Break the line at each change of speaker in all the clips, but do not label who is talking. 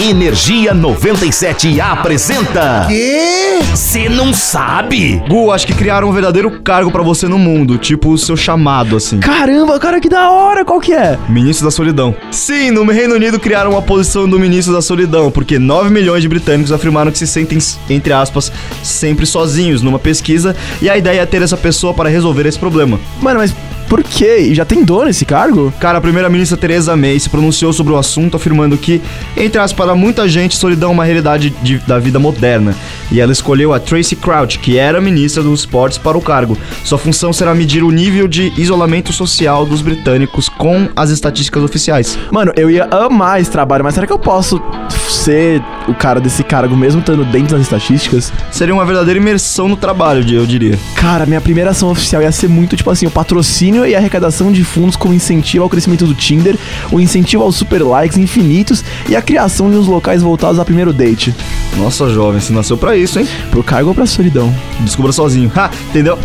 Energia 97 apresenta.
Quê?
Você não sabe?
Gu, acho que criaram um verdadeiro cargo pra você no mundo, tipo o seu chamado, assim.
Caramba, cara, que da hora! Qual que é?
Ministro da Solidão. Sim, no Reino Unido criaram uma posição do Ministro da Solidão, porque 9 milhões de britânicos afirmaram que se sentem, entre aspas, sempre sozinhos numa pesquisa, e a ideia é ter essa pessoa para resolver esse problema.
Mano, mas por quê? E Já tem dono esse cargo?
Cara, a primeira-ministra Theresa May se pronunciou sobre o assunto, afirmando que, entre aspas, para muita gente, solidão é uma realidade de- da vida moderna. E ela escolheu a Tracy Crouch, que era ministra dos esportes, para o cargo. Sua função será medir o nível de isolamento social dos britânicos com as estatísticas oficiais.
Mano, eu ia amar esse trabalho, mas será que eu posso ser o cara desse cargo mesmo estando dentro das estatísticas?
Seria uma verdadeira imersão no trabalho, eu diria.
Cara, minha primeira ação oficial ia ser muito tipo assim: o patrocínio e arrecadação de fundos com incentivo ao crescimento do Tinder, o incentivo aos super likes infinitos e a criação de uns locais voltados a primeiro date.
Nossa, jovem, você nasceu pra isso, hein?
Pro cargo ou pra solidão?
Descubra sozinho. Ha, entendeu?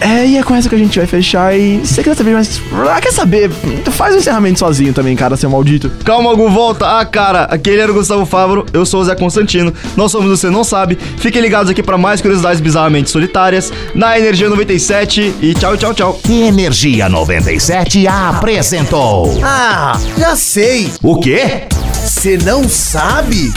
É, e é com essa que a gente vai fechar e. Se você quer saber mais. Ah, quer saber? Faz o encerramento sozinho também, cara, seu maldito.
Calma, Gu, volta. Ah, cara, aquele era o Gustavo Fávaro, eu sou o Zé Constantino. Nós somos o Você Não Sabe. Fiquem ligados aqui pra mais curiosidades bizarramente solitárias na Energia 97 e tchau, tchau, tchau.
Energia 97 apresentou.
Ah, já sei.
O quê?
Você não sabe?